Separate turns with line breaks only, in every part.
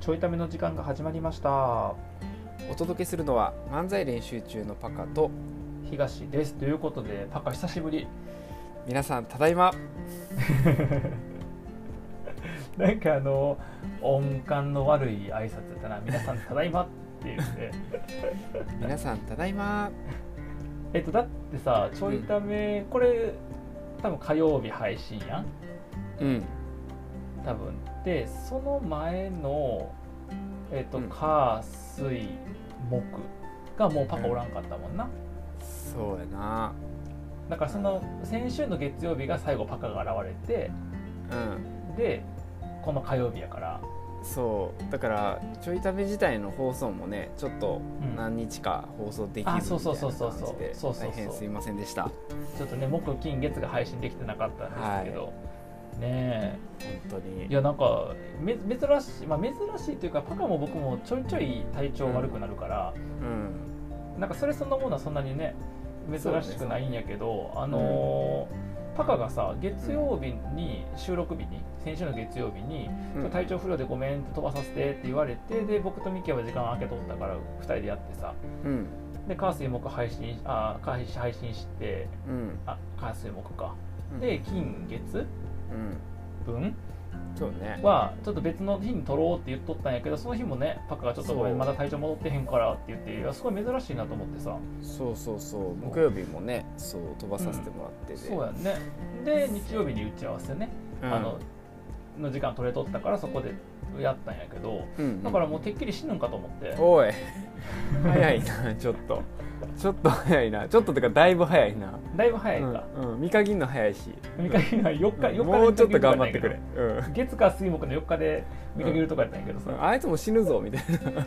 ちょいための時間が始まりました
お届けするのは漫才練習中のパカと
東ですということでパカ久しぶり
皆さんただいま
なんかあの音感の悪い挨拶だったな皆さんただいまっていうね
皆さんただいま
えっとだってさちょいためこれ多分火曜日配信やん
うん
多分でその前のえっと
うん
火水木がもうパカおらんかったもんな、
そうやな
だからその先週の月曜日が最後パカが現れて
うん
でこの火曜日やから
そうだからちょいため自体の放送もねちょっと
うん
何日か放送できずみたい
あ
な
そうそうそうそう
感じで
そうそうそう
大変すいませんでした本
ちょっとね木金月が配信できてなかったんですけど、ね
当
え
に
いやなんかめ珍しいまあ珍しいというかパカも僕もちょいちょい体調悪くなるから、
うん
なんかそれそんなものはそんなにね珍しくないんやけど、あのーパカがさ月曜日に収録日に先週の月曜日に「
うん
体調不良でごめん」って飛ばさせてって言われてで僕とミキは時間空けとったから2人でやってさ
うん
で火水木配信あ火水配信して
うん
あ火水木か
うん
で金月
うん
分
そうね
はちょっと別の日に撮ろうって言っとったんやけどその日もねパカがちょっとごめ
そ
ん
う
まだ体調戻ってへんからって言っていやすごい珍しいなと思ってさ
そうそうそう木曜日もねそう飛ばさせてもらってて
そうやんねで日曜日に打ち合わせね、
うん
あのの時間取れとったからそこでやったんやけど
うん
だからもうてっきり死ぬんかと思って
おい早いなちょっとちょっと早いなちょっとてかだいぶ早いな
だいぶ早いか、
うんうん、見限るの早いし
見かけるのは4日4日
もうちょっと頑張ってくれ、
月火水木の4日で見かけるとこやったんやけど
うん、
さ、
あいつも死ぬぞみたい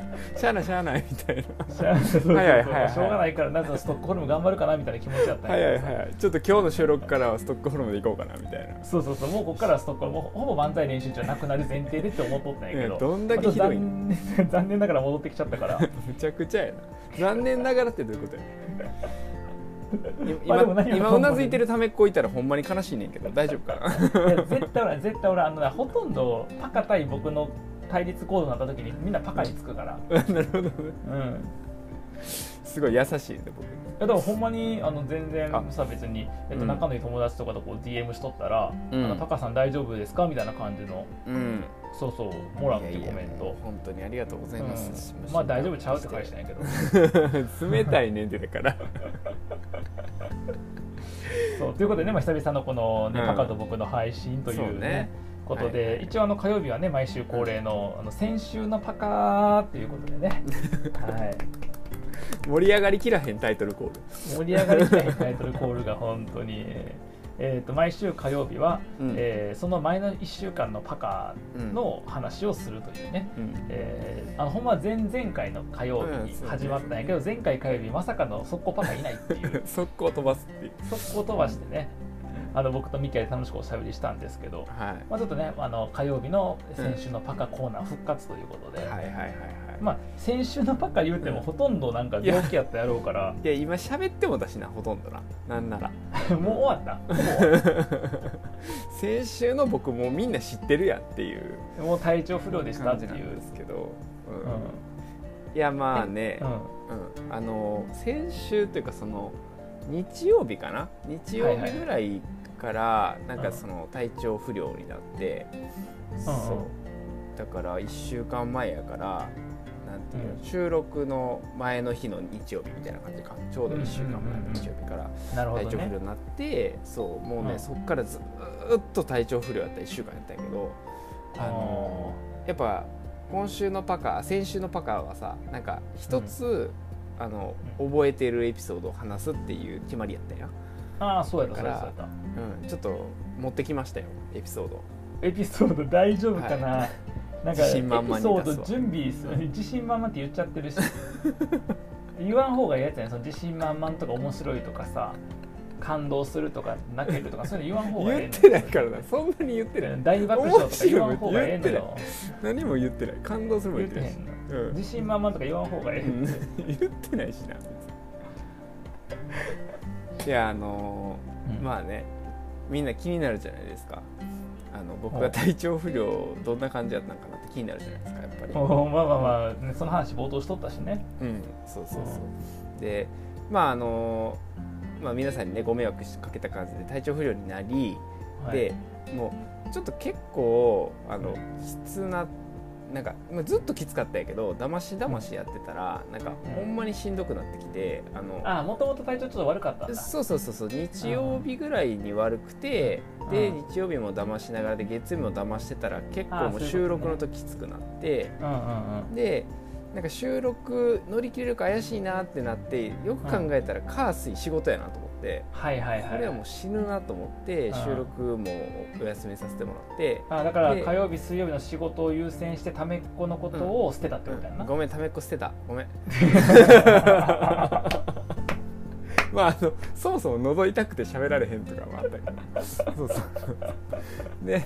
なしゃあないしゃあないみたいな
早い
早い早い
しょうがないからなぜストックホルム頑張るかなみたいな気持ちだったんやけどさ
早い早いちょっと今日の収録からはストックホルムで行こうかなみたいな
そうそうそうもうここからはストックホルムもうほぼ漫才練習中なくなる前提でって思っとったんやけど
いやどんだけひどい
残念残念ながら戻ってきちゃったから
むちゃくちゃやな残念ながらってどういうことや
まあでも
今
何より
今うなずいてるためっ子いたらほんまに悲しいねんけど大丈夫かな
いや絶対俺絶対俺あのなほとんどパカ対僕の対立行動になった時にみんなパカにつくから
な るほどね
うん
すごい優しいね僕
いやでもほんまにあの全然
あ
さ別に、えっと、
うん
仲のいい友達とかとこう DM しとったら「
うん
あのパカさん大丈夫ですか?」みたいな感じの
うん
そうそうもらっていコメン
いやいやも
ト
う本当にありがとうございます、
うんまあ大丈夫ちゃうって返したんやけど
ど 冷たいねんて だから
そうということでね、まあ、久々のこの、ね
うん
パカと僕の配信という,、
そうね
ことで、
はいはいはい
一応あの火曜日はね毎週恒例のあの先週のパカーっていうことでね、 はい、
盛り上がりきらへんタイトルコール
盛り上がりたいタイトルコールが本当に、えー、と毎週火曜日は、
うん
えーその前の1週間のパカの話をするというね、
うん
えーあのほんまは前々回の火曜日
うんそう
に
ね
始まったんやけど、前回火曜日まさかの速攻パカいないって いう
速攻飛ばすっていう
速攻飛ばしてねあの僕とミキアで楽しくおしゃべりしたんですけど、
は
まあ、ちょっとねあの火曜日の先週のパカコーナー復活ということ
い、
で、
はいはいはいはい
まあ、先週のパカ言うてもほとんどなんか病気やったやろうから、
いや今喋ってもだしなほとんどななんなら
もう終わったもう終わった
先週の僕もうみんな知ってるやんっていう
もう体調不良でした
感
って
じ
い
なん
う
で。すけど、うん
うん
いやまあね、
うん
うん、あの先週というかその日曜日かな日曜日ぐらいから、なんかその体調不良になって、そうだから1週間前やからなんていうの、
うん
収録の前の日の日曜日みたいな感じかちょうど1週間前の日曜日から
なるほ
体
ど
調不良
ね。
になって、そうもうね、
うん
そっからずーっと体調不良やった1週間やったんやけどあのやっぱ今週のパカ先週のパカはさなんか一つ、あの覚えてるエピソードを話すっていう決まりやったんや、
ああ、そうやった、そう
だ
や
か
っ
ら
たそうやっ
うん、ちょっと持ってきましたよエピソード
た。エピソード大丈夫かな。なんか
自信満々に出すわ
エピソード準備する自信満々って言っちゃってる し言わん方がいいやつやねその自信満々とか面白いとかさ感動するとか泣けるとかそういうの言わん方がいい
言
の
ってないからなそんなに言ってない
大爆笑とか言わん方がええの
面
よ
何も言ってない感動するも
言っ
言って
てへ
ないし
んの、
うん
自信満々とか言わん方がええ
う
の
ん 言ってないしな別にいやあのー
うん
まあねみんな気になるじゃないですかあの僕が体調不良どんな感じだったのかなって気になるじゃないですかやっぱり。
おまあまあまあ、ね、その話冒頭しとったしね
うん、そうそうそうでまああの、まあ、皆さんにねご迷惑かけた感じで体調不良になり、
はい
でもうちょっと結構あのきつななんかまあずっときつかったんやけどだましだましやってたらなんか
うん
ほんまにしんどくなってきてあの
あもともと体調ちょっと悪かったんだ
そうそうそうそう日曜日ぐらいに悪くてで
うん
日曜日もだましながらで月曜日もだましてたら結構も
あ
う
ーそうい
収
うことね
録の時きつくなって。
うんうんうん
でなんか収録乗り切れるか怪しいなってなってよく考えたら火水仕事やなと思って、
はいはい
これは
はい
もう死ぬなと思って
うん
収録もお休みさせてもらって、
あだから
で
火曜日水曜日の仕事を優先してためっ子のことを捨てたってことやんな、
ごめんためっこ捨てたごめん まああのそもそも覗いたくて喋られへんとかもあったけどそうそうで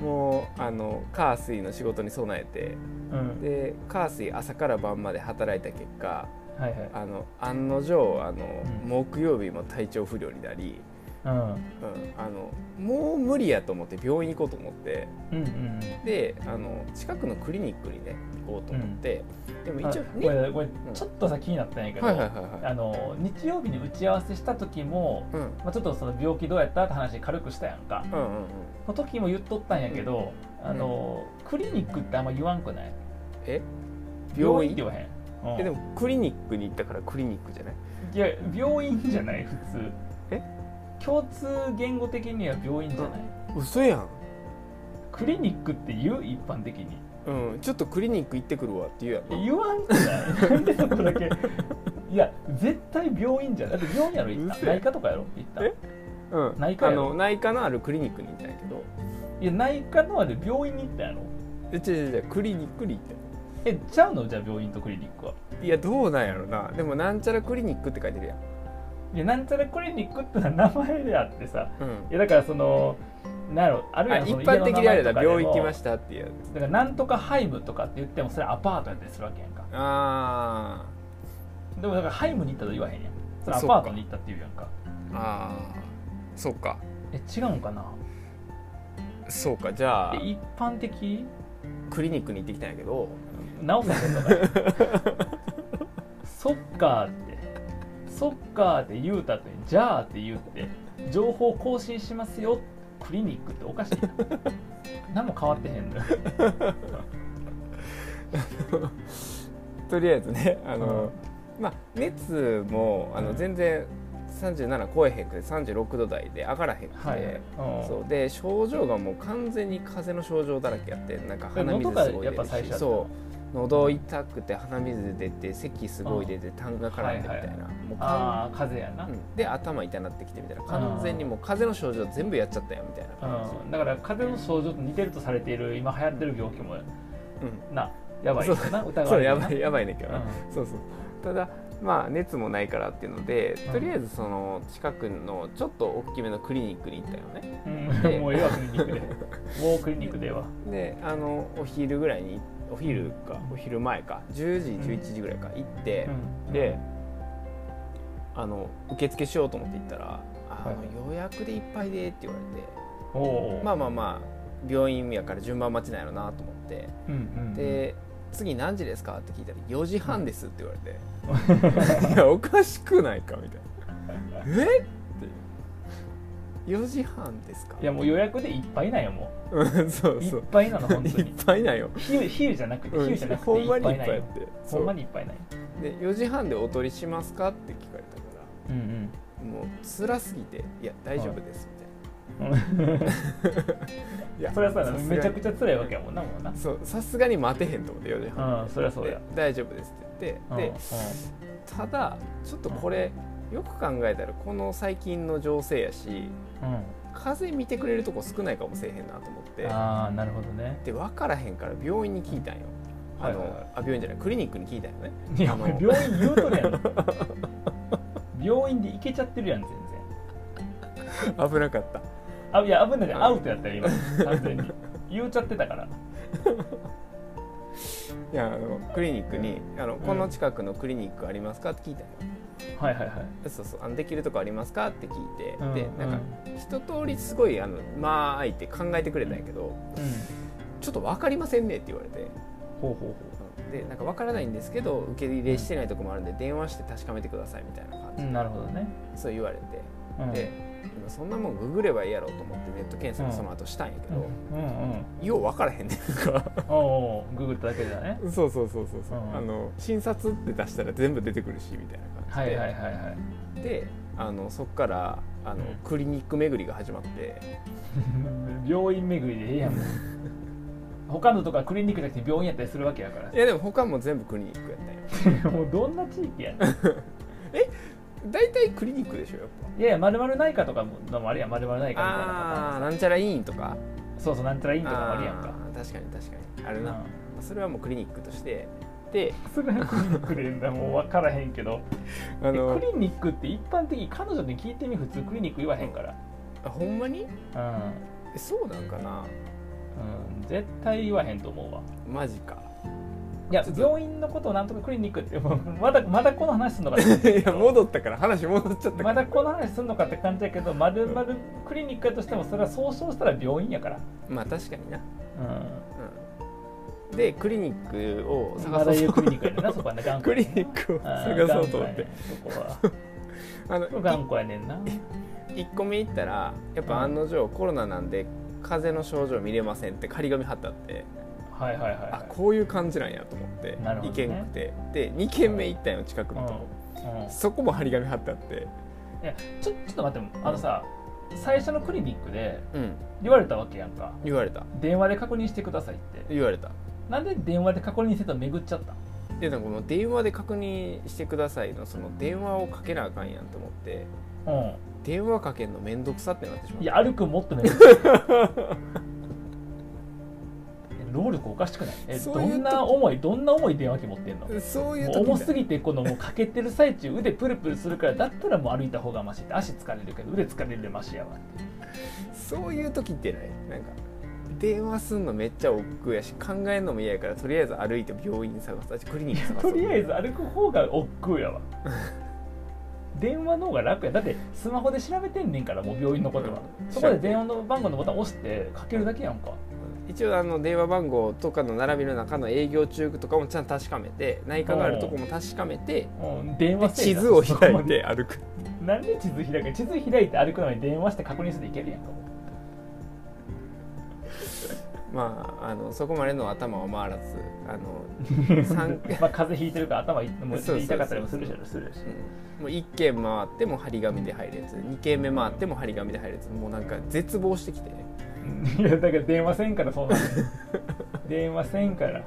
もうあの火水の仕事に備えて
うん
で火水朝から晩まで働いた結果
はいはい
あの案の定あの、
うん
木曜日も体調不良になり、
うん
うん、あのもう無理やと思って病院行こうと思って
うんうん
であの近くのクリニックにね行こうと思って、でも
あ
一応
こ
ね
れこれちょっとさ気になったんやけど、
はいはいはいはい
あの日曜日に打ち合わせした時も、
うん
まあ、ちょっとその病気どうやったって話軽くしたやんか
うんうんうん
の時も言っとったんやけど、
ん
あのクリニックってあんま言わんくない
え病
って
院
言わへん、うん
えでもクリニックに行ったからクリニックじゃない
いや病院じゃない普通
え
共通言語的には病院じゃない、
嘘やん
クリニックって言う一般的に
うん、ちょっとクリニック行ってくるわって言うやん
え言わんく ないなんでそこだけいや絶対病院じゃないだって病院やろ行っ
う
た
るせえ
内科とかやろ行った
えうん、
内科
あ
やろ
の内科のあるクリニックに行ったんやけど
いや内科のあれ病院に行ったやろ
え違う違う違うクリニックに行ったよ
えちゃうのじゃあ病院とクリニックはい
やどうなんやろなでもなんちゃらクリニックって書いてるやん
いやなんちゃらクリニックってのは名前であってさ
うん
いやだからそのなんやろあるい
あ
は
一
その
般的であれば病院行きま
た
したっていう
だからなんとかハイムとかって言ってもそれアパートやったりするわけやんか
あ
でもだからハイムに行ったと言わへんやんそれア
そっか
パートに行ったって言うやんか
ーあーそうか
え違うんかな
そうかじゃあ
え一般的
クリニックに行ってきたんやけど
直せへんのか よそっかーってそっかーって言うたってじゃあって言うって情報更新しますよクリニックっておかしい な何も変わってへんのよ
とりあえずねあの、まあ熱もあ
う
の
ん
全然37超えへんくて36度台で上がらへんくて、
はい、
そううで症状がもう完全に風邪の症状だらけやってなんか
んで
鼻
喉
水
が
すごい
やっ
出
ぱ
る
最初
し
やった
そう喉痛くて鼻水出て咳すごい出て痰が絡んでみたいな、
はい
もう完
ああ風邪やな、
うんで頭痛なってきてみたいな完全にもう風邪の症状全部やっちゃったよみたいな感
うん、だから風邪の症状と似てるとされている今流行ってる病気も
じ、
なやばいよな
う
疑
ん、
わ
そう
れ
や
るな
ばいやばいねんけ
う
ど
ん
な、そうそうただまあ熱もないからっていうので
うん
とりあえずその近くのちょっと大きめのクリニックに行ったよね
うん、もうええわクリニックでもうクリニックでええわ
であのお昼ぐらいにお昼かお昼前か10時
ん
11時ぐらいか行って、
うん
であの受付しようと思って行ったら「あ
はい
の予約でいっぱいで」って言われて、
おお
まあまあまあ病院やから順番待ちなんやろなと思って
うんうん、
で次何時ですかって聞いたら「4時半です」って言われて「いやおかしくないか」みたいな「えっ?」て4時半ですか
いやもう予約でいっぱいなんよも
うんそうう
いっ
そう
ぱいなの本
い
当
っ
に
ぱいなんよ、
比喩比喩じゃなくて比
うん
喩じゃなくて
ほんま
いっ
に
ぱ
い
い
っ
な
ぱ
ん
いあっ
よ
て
ほんま
に
にいっぱいない
で4時半でお取りしますかって聞かれたから
うん
もう辛すぎて「いや大丈夫です」
うん
みたいな。いや
それはさめちゃく
ち
ちゃ辛いわけやもんなもうな
ゃそうさすがに待てへんと思って4時半
うんそりゃそう
で
や
大丈夫ですって言って、
うん
でただちょっとこれよく考えたらこの最近の情勢やし
うん
風見てくれるとこ少ないかもしれへんなと思っ
うん
て
ああなるほどね
で分からへんから病院に聞いたんよあの、
はいはいはい
あ病院じゃないクリニックに聞いたんよね
いや
あの
俺病院言うとるやん病院で行けちゃってるやん全然
危なかった
あいや危ないねアウトやったよ今完全 に言うちゃってたから
いやあのクリニックにあの「この近くのクリニックありますか?」って聞いたんよ
はいはいはい
そうそうあのできるとこありますかって聞いて、
うん
でなんか一通りすごいあのまああいて考えてくれたんやけど、
うん
ちょっと分かりませんねって言われて
ほうほうほ
でなんか分からないんですけど受け入れしてないとこもあるんで電話して確かめてくださいみたいな感
うう
じ、
んなるほどね
そう言われて、
うん
で今そんなもんググればいいやろうと思ってネット検索その後したんやけ
うん
ど、
うんうん
よう分からへんねん か
おうおうググっただけじゃね
そうそうそうそうそう、
うん
あの診察って出したら全部出てくるしみたいな感じで、
はいはいはいはい
であのそっからあの、
うん
クリニック巡りが始まって
病院巡りでええやんもう他のとかクリニックじゃなくて病院やったりするわけや から
いやでも他も全部クリニックやったんよ
もうどんな地域やねん
大体クリニックでしょやっ
いやいやまるまる内科とかものもあるやんまるまる内
ぱ
科みたいな
ああーなんちゃら委員とか
そうそうなんちゃらいいんとかもあるやんか
あー確かに確かにあ
う
るな、
ん
それはもうクリニックとしてで
それはクリニックで言うんだもう分からへんけど
あ
え
の
クリニックって一般的に彼女に聞いてみ普通クリニック言わへんから
あほんまに
う、
えそうなんかな
う
ん
ん、絶対言わへんと思うわ
マジか
いや
ちょっと
病院のことをなんとかクリニックってもうまだまだこの話すんのかって
いや戻ったから話戻っちゃったから
まだこの話すんのかって感じやけどまるまるクリニックやとしてもそれは総称したら病院やから
まあ確かにな、
う
うん、でクリニックを
んまだ
探そ
言
う
うクリニックやねんなそこはね頑固
ク
やね
リ
ん
ニックを
あ
探
ー
そうと思って
頑固やねんそこ
あの
は頑固やねん な
1個目行ったらやっぱ案の定コロナなんで風邪の症状見れませんって張り紙貼ってあって
はいはいはいはい
あこういう感じなんやと思って
なるほ
行
ど
け
ね
んくてで2軒目行ったんよ近くのとこ
うん
そこも張り紙貼ってあって
いやちょちょっと待ってあのさ最初のクリニックで
うん
言われたわけやんか
言われた
電話で確認してくださいって
言われた
なんで電話で確認せず巡っちゃった
でなんかこの電話で確認してくださいのその電話をかけなあかんやんと思って
うん
電話かけんの面倒くさってなってしまった
いや歩くんもっと巡っちゃった え労力おかしくないえ
そういう
ど
と
んな重いどんな重い電話機持ってんの
そういう
もう
時
重
だ
すぎてこのもうかけてる最中腕プルプルするからだったらもう歩いた方がマシって足疲れるけど腕疲れるでマシやわ
そういう時ってないなんか電話すんのめっちゃ億劫やし考えんのも嫌やからとりあえず歩いて病院探すあクリニック探す
とりあえず歩く方が億劫 やわ電話の方が楽やだってスマホで調べてんねんからもう病院のことは、
うん
そこで電話の番号のボタン押してかけるだけやんか、
一応あの電話番号とかの並びの中の営業中とかもちゃんと確かめて内科があるとこも確かめて
うん、電
で
話せえ
地
な
図を 開
そこ
い
まで
て歩く
なんで地図開く地図開いて歩くのに電話して確認していけるやんかも う
まああのそこまでの頭は回らず あの三
まあ風邪ひいてるから頭いもう
そうそうそう
痛かったりもするしするし
うんもう1軒回っても張り紙で入るやつ2軒目回っても張り紙で入るやつもうなんか絶望してきて
うんいやだから電話せんからそうなん だよ電話せんから、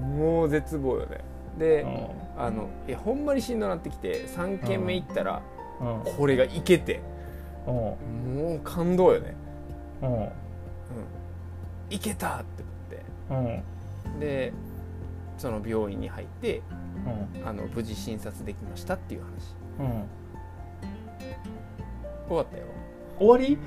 もう絶望よね
う
で、
ん
あのいやほんまにしんどなってきて3軒目行ったら、
うん
これがいけて
うん
もう感動よね
うん
うんいけたって
うん
思ってでその病院に入って
うん
あの無事診察できましたっていう話
うん
終わったよ
終わり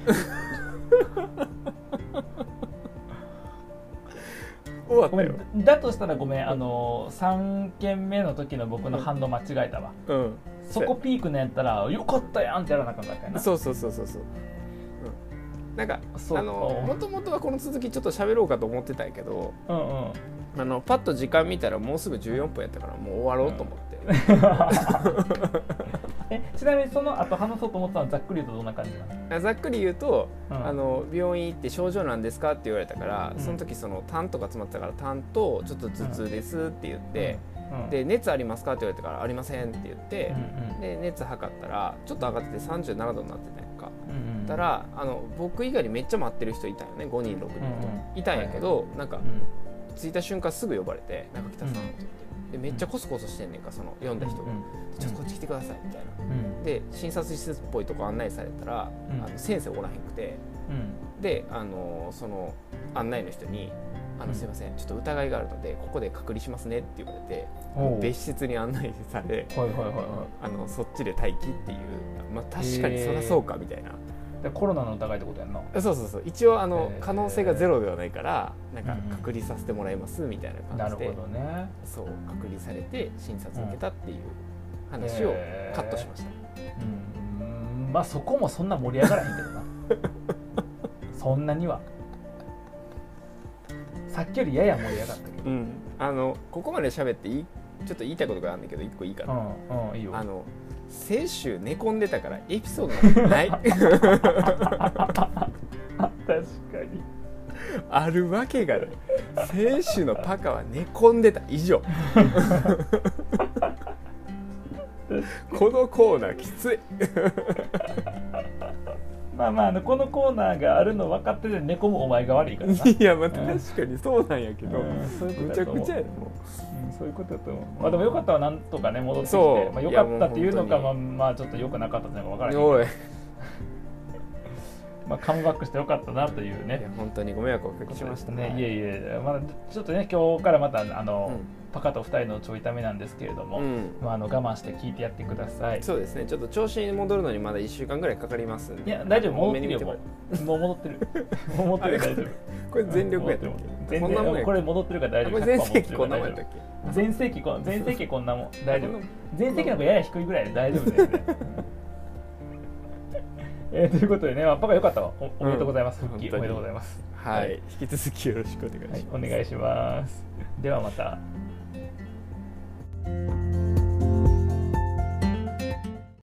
終わ
ご
った
め
よ
んだとしたらごめんあの3件目の時の僕の反応間違えたわ
うん
そこピークのやったら「よかったやん!」ってやらなあかんかったやな
そうそうそうそうそう、うん、なんか
そう
あのもともとはこの続きちょっと喋ろうかと思ってたんやけど
うんうん
あのパッと時間見たらもうすぐ14分やったからもう終わろうと思って、
えちなみにその後話そうと思ってたのはざっくり言うとどんな感じなの、
ざっくり言うと、
うん
あの病院行って症状なんですかって言われたから、
うん
その時その痰とか詰まってたから痰とちょっと頭痛ですって言って、
うん、
で熱ありますかって言われたからありませんって言っ
う
て
ん、うん
で熱測ったらちょっと上がってて37度になってたやんか。
うんうん
たらあの僕以外にめっちゃ待ってる人いたよね5人6人と、
うん
いたんやけど、なんか
うん
着いた瞬間すぐ呼ばれて「中北さん」って言って、でめっちゃコソコソしてんねんかその読んだ人が、ちょっとこっち来てください」みたいな。
うんうん
で診察室っぽいとこ案内されたら、
うん
あの先生おらへんくて
うん
であのその案内の人に「あ
う
の
ん
すいませんちょっと疑いがあるのでここで隔離しますね」って言われて
おう
別室に案内され
はいはいはいは
あのそっちで待機っていう、まあ、確かにそりゃそうかみたいな、
いでコロナの疑いってことやんな
そうそうそう一応あの
へー
可能性がゼロではないからなんか
うんうん
隔離させてもらいますみたいな
な
感
る
じ
ほ
で、
どね
そう隔離されて診察受けたっていう話をカットしました、
うんうんまあそこもそんな盛り上がらへんけ どなそんなにはさっきよりやや盛り上がったけど
うん、あのここまで喋っていいちょっと言いたいことがあるんだけど一個いいかな、
うんうんいいよ
あの先週寝込んでたからエピソードがな い
確かに
あるわけがない先週のパカは寝込んでた 以上このコーナーきつい
まあまああのこのコーナーがあるの分かってて寝込むお前が悪いからな
いやまあ確かにそうなんやけど、
うんそういう
む
こ
ち
とだ
ゃ
と思
く
う
ちゃやでも
うんそういうことだと思うまあでもよかったわなんとかね戻ってき
そ
て
う
まあ、よかったっていうのか
いや
ま
も
あまあちょっとよくなかったのか分からへんけど
おいい
まあカムバックしてよかったなというね
や本当にご迷惑をおかけしました
ねいえいえまあちょっとね今日からまたあの、
う
パカと二人のちょいためなんですけれども、
ん、うん
まあ、あの我慢して聞いてやってください。
そうですねちょっと調子に戻るのにまだ1週間ぐらいかかりますん
い
で
や、大丈夫、戻ってるよ、
多めに見て
も
もらう
う。もう戻ってる。 もう戻ってる、大丈夫。
これ全力やったっ
戻ってる戻って
け
る
こんなもん
全
やっ
然こ
け
れ戻ってるから大
あ
丈
こ
夫。
れ全盛期こんなもんや
大
った
丈
っけ
夫。全盛期こん、全盛期こんな もん、大丈
こん
夫
なもん。
全盛期の方がやや低いぐらいで大丈夫だよ ね。えーということでね、まあ、パパよかったわ。おおめでとうございます。
うん
復帰、
本当に
おめでとうございます。
は、
はい
引き続きよろしくお願いします。
はい、お願いします。ではまた。